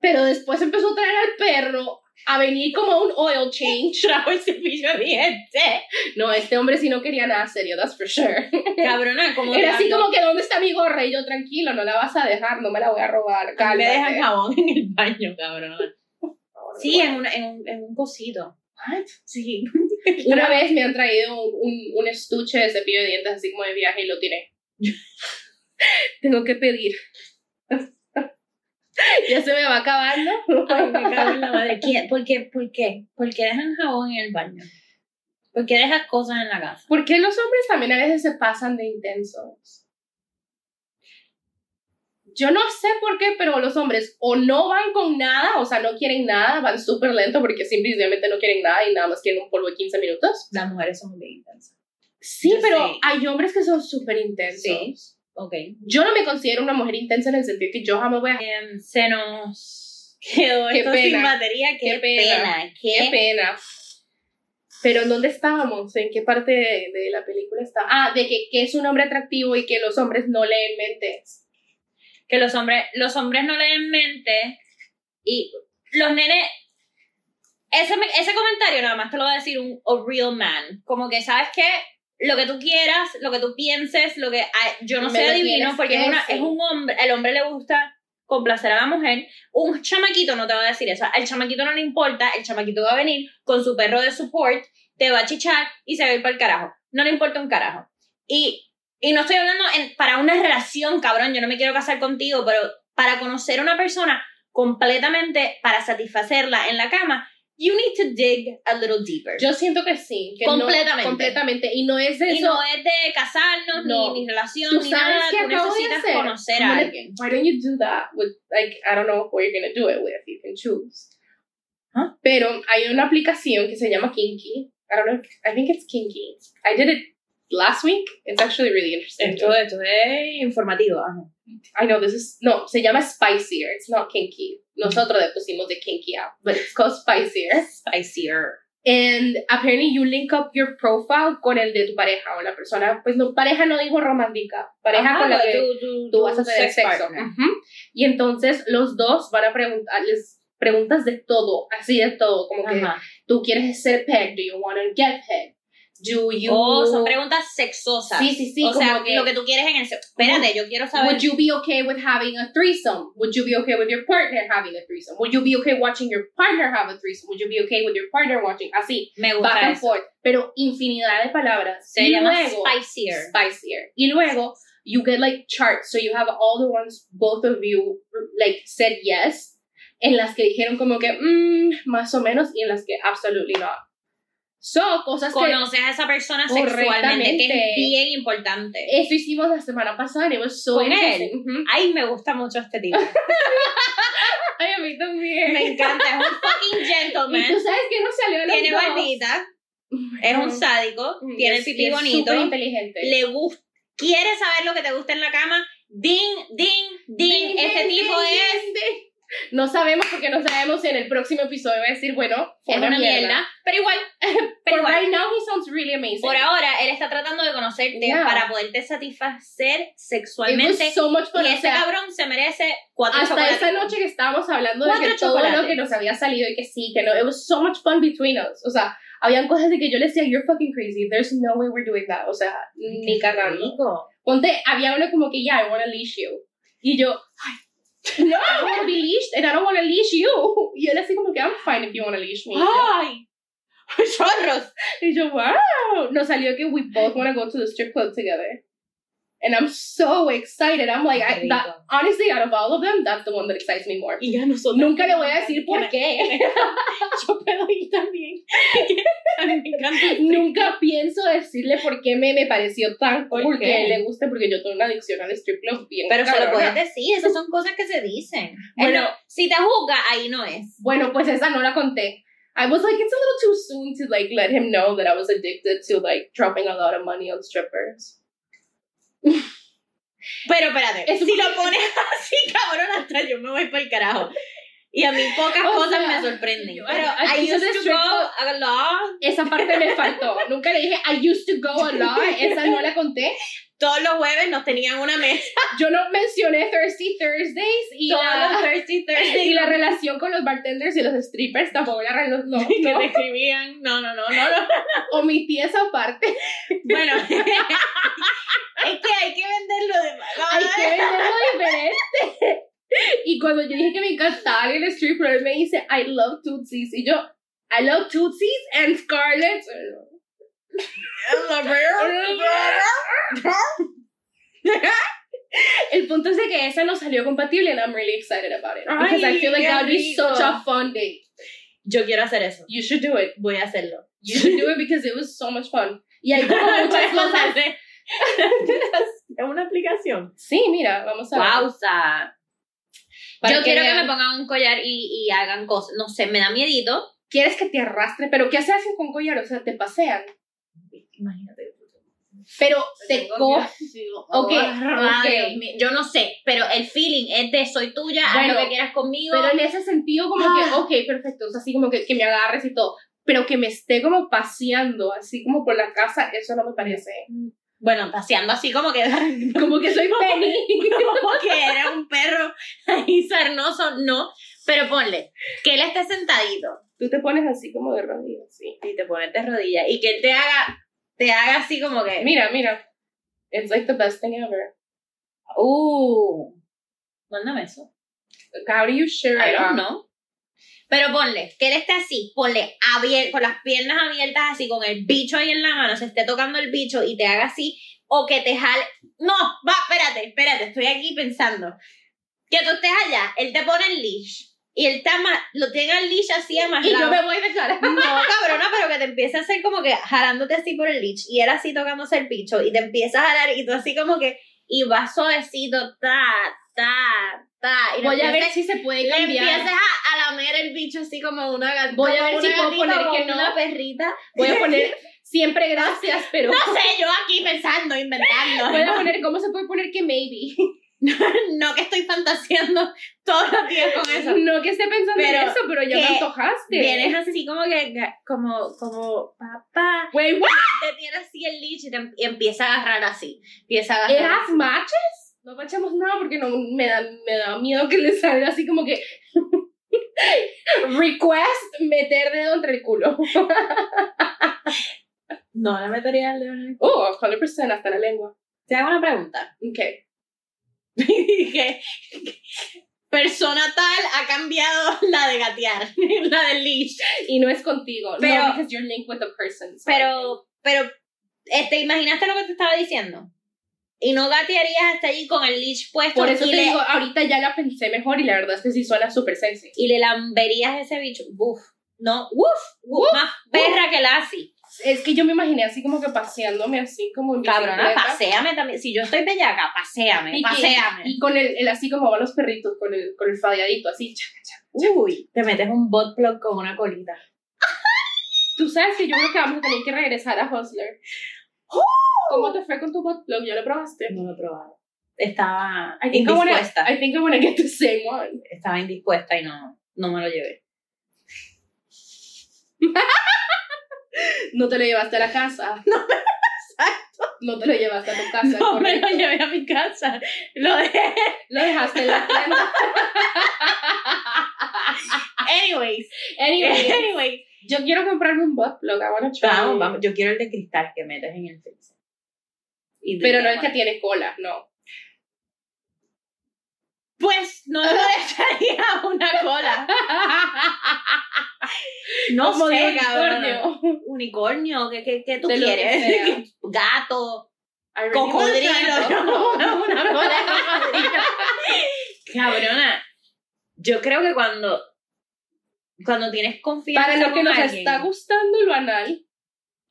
Pero después empezó a traer al perro a venir como un oil change. [LAUGHS] Trajo el cepillo de dientes. No, este hombre sí no quería nada serio, that's for sure. Cabrona, como Era así cuando como que, ¿dónde está mi gorra? Y yo, tranquilo, no la vas a dejar, no me la voy a robar, me cálmate. dejan jabón en el baño, cabrona. Sí, en, una- en, un- en un cosito. What? Sí. Una vez me han traído un, un- un estuche de cepillo de dientes así como de viaje y lo tiré. [LAUGHS] Tengo que pedir. [LAUGHS] ya se me va acabando. Ay, me cago en la madre. ¿Quién- ¿Por qué? ¿Por qué? ¿Por qué dejan jabón en el baño? ¿Por qué dejas cosas en la casa? ¿Por qué los hombres también a veces se pasan de intensos? Yo no sé por qué, pero los hombres o no van con nada, o sea, no quieren nada, van súper lento porque simplemente no quieren nada y nada más quieren un polvo de 15 minutos. Las mujeres son bien intensas. Sí, Yo pero sé. hay hombres que son súper intensos. Sí. Ok. Yo no me considero una mujer intensa en el sentido que yo jamás voy a... Em, se nos quedó Qué esto pena. sin batería. Qué, Qué pena. pena. ¡Qué Qué pena! Pero ¿en dónde estábamos? ¿En qué parte de, de la película está? Ah, de que, que es un hombre atractivo y que los hombres no leen mentes. que los hombres, los hombres no leen mente y los nenes. Ese, me- ese comentario nada más te lo va a decir un a real man. Como que, ¿sabes qué? Lo que tú quieras, lo que tú pienses, lo que. ay, yo no Me sé lo adivino, tienes porque que es, una- decir. es un hombre. El hombre le gusta complacer a la mujer. Un chamaquito no te va a decir eso. Al chamaquito no le importa. El chamaquito va a venir con su perro de support, te va a chichar y se va a ir para el carajo. No le importa un carajo. Y y no estoy hablando en- para una relación, cabrón, yo no me quiero casar contigo, pero para conocer a una persona completamente, para satisfacerla en la cama, you need to dig a little deeper. Yo siento que sí. Que no- Completamente. completamente. Y no es eso. y no es de casarnos, No. ni, ni relación, Tú ni sabes nada, qué tú acabo de necesitas hacer. conocer I'm a gonna- alguien. Why don't you do that with, like, I don't know who you're gonna do it with, you can choose. Huh? Pero hay una aplicación que se llama Kinky. I don't know, I think it's Kinky. I did it last week. It's actually really interesting. esto es informativo. ajá. I know this is no, se llama spicier. It's not kinky. Nosotros le pusimos de kinky out, but it's called spicier. Spicier. And apparently you link up your profile con el de tu pareja o la persona, pues no pareja no digo romántica, pareja Ajá, con la pues, que tú, tú- tú tú vas a tener sex sexo. partner. Ujú. Y entonces los dos van a preguntarles preguntas de todo, así de todo, como que Ajá. tú quieres ser pegged, do you want to get pegged? Do you... Oh, son preguntas sexosas. Sí, sí, sí. o sea, como que- lo que tú quieres en el sexo. Espérate, yo quiero saber. Would you be okay with having a threesome? Would you be okay with your partner having a threesome? Would you be okay watching your partner have a threesome? Would you be okay with your partner watching? Así, Me back gusta and eso. forth. Pero infinidad de palabras. Se y llama luego, spicier. spicier. Y luego, you get like charts. So you have all the ones both of you like said yes. En las que dijeron como que, mm, más o menos. Y en las que absolutely not. So, cosas que... Conoces a esa persona sexualmente, que Correctamente. es bien importante. Eso hicimos la semana pasada. and It was so Con él. interesting. [LAUGHS] Ujú. Ay, me gusta mucho este [LAUGHS] tipo. Ay, a mí también. Me encanta, es un fucking Y tú gentleman. sabes que no salió de los Tiene dos. barbita, es un sádico, Mm, tiene y el es- pipí y es bonito, súper inteligente. le gusta, quiere saber lo que te gusta en la cama. Ding, ding, ding. Ding, este ding, tipo ding, es, ding, ding. No sabemos porque no sabemos si en el próximo episodio va a decir, bueno, fue es una mierda. Pero [LAUGHS] igual, pero Pero igual. right now he sounds really amazing. Por ahora, él está tratando de conocerte Yeah. para poderte satisfacer It was sexualmente. so much fun, y o ese sea, cabrón se merece cuatro hasta chocolates. esa noche que estábamos hablando de Cuatro que todo chocolates. lo que nos había salido y que sí, que no, it was so much fun between us. O sea, habían cosas de que yo le decía, you're fucking crazy, there's no way we're doing that. O sea, ni cagando. Rico. Ponte, había uno como que, yeah, I want to leash you. Y yo, ay, no, I want to be leashed and I don't want to leash you. Y él así como que, I'm fine if you want to leash me. [GASPS] ¡Ay! ¡Chorros! Y yo, wow. Nos salió que we both want to go to the strip club together. And I'm so excited. I'm like, I, that, Rico. honestly, out of all of them, that's the one that excites me more. [LAUGHS] Y ya nosotros. Nunca le voy a decir por Mira, qué. [LAUGHS] Yo puedo ir también. A mí me encanta. Nunca pienso decirle por qué me, me pareció tan ¿Por cool porque qué? le gusta, porque yo tengo una adicción al strip club bien Pero se lo cabrona. puedes decir, esas son cosas que se dicen. Bueno. Bueno, si te juzga, ahí no es. Bueno, pues esa no la conté. I was like, it's a little too soon to like let him know that I was addicted to like dropping a lot of money on strippers. Pero espérate, Eso si fue- lo pones así, cabrón, hasta yo me voy para el carajo. Y a mí pocas [LAUGHS] O cosas sea, me sorprenden. yo- Pero I I used used to to go a lot. Esa parte me faltó. Nunca le dije I used to go a lot. Esa no la conté. Todos los jueves nos tenían una mesa. Yo no mencioné Thirsty Thursdays y todos los la, [LAUGHS] Thursday, y Thursday. la relación con los bartenders y los strippers tampoco la re- no, [LAUGHS] que no. te escribían. No, no, no, no, no. Omití esa parte. Bueno, [LAUGHS] [LAUGHS] es que hay que venderlo de Hay ¿eh? que [LAUGHS] venderlo diferente. Y cuando yo dije que me encantaba el strip club, él me dice I love Tootsies. Y yo, I love Tootsies and Scarlett. [LAUGHS] El punto es de que esa no salió compatible and I'm really excited about it. Because I Ay, feel like qué that would be rico. such a fun date. [LAUGHS] Yo quiero hacer eso. You should do it. Voy a hacerlo. You should do it because it was so much fun. Y [LAUGHS] hay como muchas cosas. [LAUGHS] Es una aplicación. Sí, mira, vamos a ver. Pausa. Para Yo quiero que vean. me pongan un collar y, y hagan cosas. No sé, me da miedito. Quieres que te arrastre, pero ¿qué se hacen con collar? O sea, te pasean. Imagínate. Pero te cogen. Ok, Dios ok. mío. Yo no sé, pero el feeling es de soy tuya, haz Bueno, lo que quieras conmigo. Pero en ese sentido, como Ah. que, ok, perfecto. O sea, así como que, que me agarres y todo. Pero que me esté como paseando, así como por la casa, eso no me [LAUGHS] parece. Bueno, paseando así como que Como que soy Penny. [LAUGHS] como que era un perro ahí sarnoso, no. Pero ponle, que él esté sentadito Tú te pones así como de rodillas, sí. y te pones de rodillas y que él te haga, te haga así como que, Eh, Mira, mira. It's like the best thing ever. uh, mándame eso. How do you share I it? don't up? know. Pero ponle, que él esté así, ponle abier- con las piernas abiertas así, con el bicho ahí en la mano, se esté tocando el bicho y te haga así, o que te jale. No, va, espérate, espérate, estoy aquí pensando. Que tú estés allá, él te pone el leash y él te ama- lo tiene el leash así Y amarrado. yo me voy de cara. [LAUGHS] No, cabrona, pero que te empieza a hacer como que jalándote así por el leash y él así tocándose el bicho y te empieza a jalar y tú así como que y vas suavecito, ta, ta, ta. Y le Voy a ver empiezas- si se puede le empiezas cambiar. a, a lamer el bicho así como una gatita. Voy a ver si puedo poner que no. Una perrita. Voy a [LAUGHS] poner siempre gracias, pero No sé, yo aquí pensando, [LAUGHS] inventando. voy a ¿no? poner cómo se puede poner que maybe. [LAUGHS] No que estoy fantaseando todos los días [LAUGHS] con eso. [LAUGHS] No que esté pensando en Pero eso, pero ya me que antojaste. Vienes así como que, como, como, papá. Wait, what? te tiene así el leash y, te- em-, y empieza a agarrar así. Empieza a agarrar. ¿Eras matches? No machamos nada porque no me da, me da miedo que le salga así como que [LAUGHS] request meter dedo entre el culo. No le metería el dedo en [LAUGHS] el- [LAUGHS] Oh, 100% hasta la lengua. Te hago una pregunta. Ok. ¿Qué- qué Persona tal ha cambiado la de [LAUGHS] gatear, la del leash. Y no es contigo. Pero- no, because you're linked with a person. so- Pero, pero, eh, ¿te imaginaste lo que te estaba diciendo? Y no gatearías hasta allí con el leash puesto Por eso y, te le, digo, ahorita ya la pensé mejor y la verdad es que sí suena súper sexy. y le lamberías ese bicho. Buf. No, uf, uf, más perra que la así. Es que yo me imaginé así como que paseándome así como en Cabrona, bicicleta. paséame también. Si yo estoy bellaca, paséame, Y que- paséame. Y con el, el así como van los perritos, con el, con el fadeadito así. chaca, chaca. Uy, te metes un bot plug con una colita. Tú sabes que yo creo que vamos a tener que regresar a Hustler. ¿Cómo te fue con tu bot plug? ¿Ya lo probaste? ¡Oh! No lo he probado. Estaba I think I, wanna, indispuesta. I think I wanna get the same one. Estaba indispuesta y no, no me lo llevé. No te lo llevaste a [LAUGHS] la casa. No, No te lo llevaste a tu casa. No me lo correcto. llevé a mi casa. Lo dejé. Lo dejaste en la tienda. Ah. Anyways, [LAUGHS] Anyway, anyways. yo quiero comprarme un bot plug. I wanna try. Vamos, vamos. Yo quiero el de cristal que metes en el freezer. Y Pero te- no el que tiene cola, no. Pues no le dejaría [LAUGHS] una cola. No Como de sé, cabrón. unicornio. Unicornio, ¿qué, qué, qué tú De lo que sea. quieres? [LAUGHS] Gato, I really cocodrilo. wanna try Yo a no bot plug. [LAUGHS] veo una cola de cocodrilo. Cabrona, yo creo que cuando, cuando tienes confianza Para lo que con nos alguien, está gustando lo anal,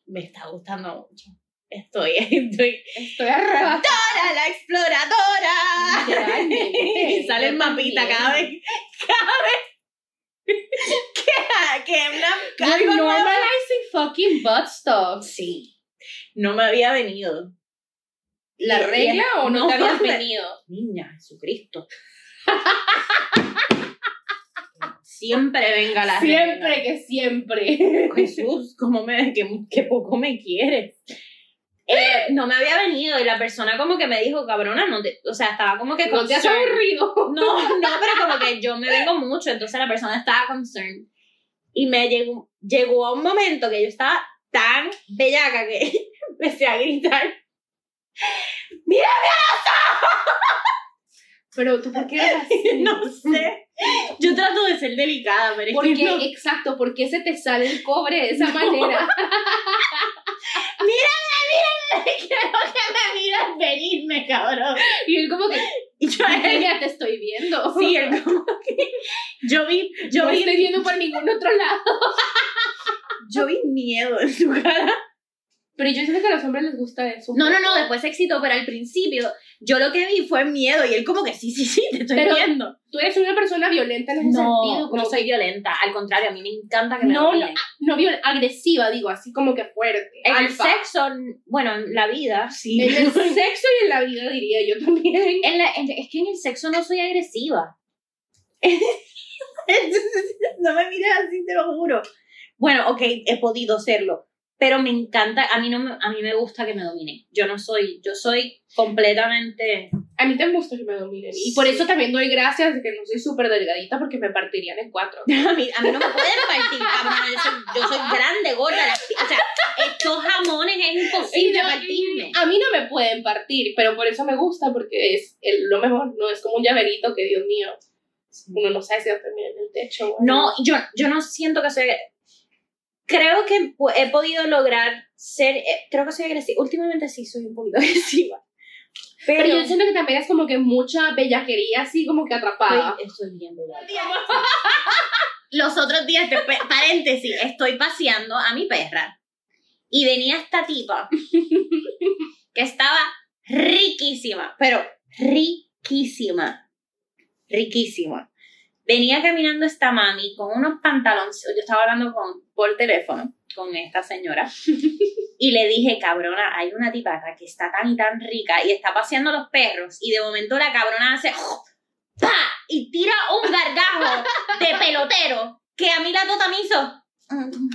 me está gustando mucho. Estoy, [LAUGHS] estoy. estoy arrebatada. ¡Dora la exploradora! Literalmente, y [LAUGHS] sale el yo mapita también. cada vez. Cada vez. Que, que una, You're algo nuevo. normalizing fucking butt stuff. Sí. No me había venido. ¿La Y- regla o no, no, te habías me- venido? Niña, Jesucristo. [LAUGHS] siempre venga la Siempre regla. que [LAUGHS] siempre. Jesús, cómo me, que, que poco me quieres. Eh, no me había venido y la persona como que me dijo, cabrona, no te, o sea, estaba como que No te has concerned. aburrido. No, no, pero como que yo me vengo mucho, entonces la persona estaba concerned. Y me llegó, llegó a un momento que yo estaba tan bellaca que [LAUGHS] empecé a gritar. [LAUGHS] Pero tú, ¿por qué eres [LAUGHS] así? No sé. Yo trato de ser delicada, pero es ¿Por que qué? no- Exacto, ¿por qué se te sale el cobre de esa manera? [LAUGHS] me miras venirme, cabrón. Y él como que, Y [LAUGHS] yo, ya te estoy viendo. sí, él como que- Yo vi, yo no vi, estoy viendo por ningún otro lado. yo vi miedo en su cara. Pero yo siento que a los hombres les gusta eso. No, no, no, después se excitó, pero al principio yo lo que vi fue miedo y él como que sí, sí, sí, te estoy Pero- viendo. Tú eres una persona violenta en ese sentido. no como que- soy violenta, al contrario, a mí me encanta que me No, dominen. no viol- agresiva, digo, así como que fuerte. En el alfa. sexo, n- bueno, en la vida, sí. [LAUGHS] En el sexo y en la vida, diría yo también. En la- en- es que en el sexo no soy [LAUGHS] agresiva. No me mires así, te lo juro. Bueno, ok, he podido serlo, pero me encanta, a mí, no me, a mí me gusta que me dominen. Yo no soy, yo soy completamente... [LAUGHS] A mí te gusta que me dominen. Y por eso también doy gracias de que no soy súper delgadita porque me partirían en cuatro. A mí, a mí no me pueden partir, cabrona, yo soy, yo soy grande, gorda, las pi- o sea, estos jamones es Y imposible yo- partirme. A mí no me pueden partir, pero por eso me gusta porque es el- lo mejor, no es como un llaverito que, Dios mío, uno no sabe si va a terminar en el techo. o No, yo, yo no siento que soy. Creo que pu- he podido lograr ser. eh, creo que soy agresiva. Últimamente sí soy un poquito [LAUGHS] agresiva. Pero, Pero yo siento que también es como que mucha bellaquería así como que atrapada. Estoy- estoy bien bellaca. Los otros días, te pe- paréntesis, estoy paseando a mi perra y venía esta tipa que estaba riquísima, pero riquísima, riquísima. Venía caminando esta mami con unos pantalones, yo estaba hablando con, por teléfono con esta señora y le dije, cabrona, hay una tipa acá que está tan y tan rica y está paseando los perros y de momento la cabrona hace... ¡Pa! Y tira un gargajo de pelotero que a mí la tota me hizo. Mm.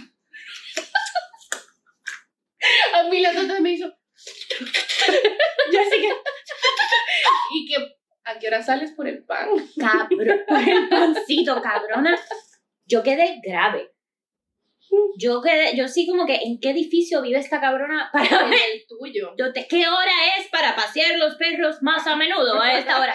A mí la otra me hizo. Yo así que ¿Y que ¿A qué hora sales por el pan? Cabrón, el pancito, cabrona. Yo quedé grave. Yo quedé, yo sí como que, ¿en qué edificio vive esta cabrona para En el tuyo. yo te- ¿Qué hora es para pasear los perros más a menudo a esta hora?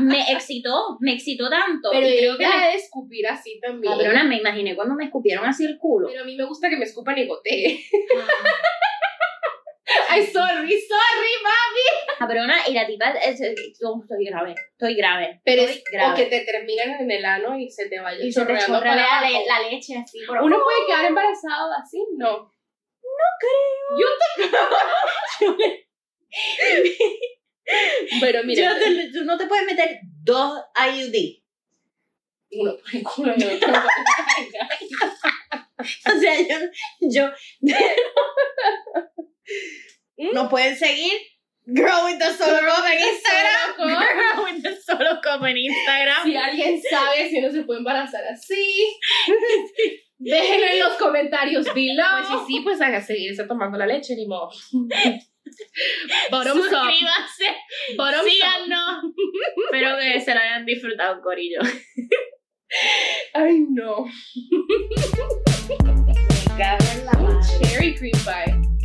Me excitó, me excitó tanto. Pero Y yo creo que que la- la de escupir así también. Cabrona, me imaginé cuando me escupieron así el culo. Pero a mí me gusta que me escupan y goteen. Ah. Ay, sorry, sorry, ma. Cabrona, y la tipa, es- es- no, estoy grave, estoy grave. Pero Estoy es o grave. que te terminan en el ano y se te vaya Y se te chorreando chorrea para la, abajo. le- la leche así. por- ¿Uno puede quedar embarazado así? No. [LAUGHS] Pero mira, Yo te- tú no te puedes meter dos IUD. uno por el culo y otro por la vagina. O sea, yo. yo ¿Mm? Nos pueden seguir. Girl with the Solo Cup en Instagram. Solo Cup. Girl with the Solo Cup en Instagram. Si alguien sabe si uno se puede embarazar así, déjenlo en los comentarios below. Pues sí, sí, pues a seguirse tomando la leche, ni modo. Bottoms up, Suscríbanse. bottoms up. Síganos. Espero que se la hayan disfrutado, Corillo. Ay, no. Cherry cream pie.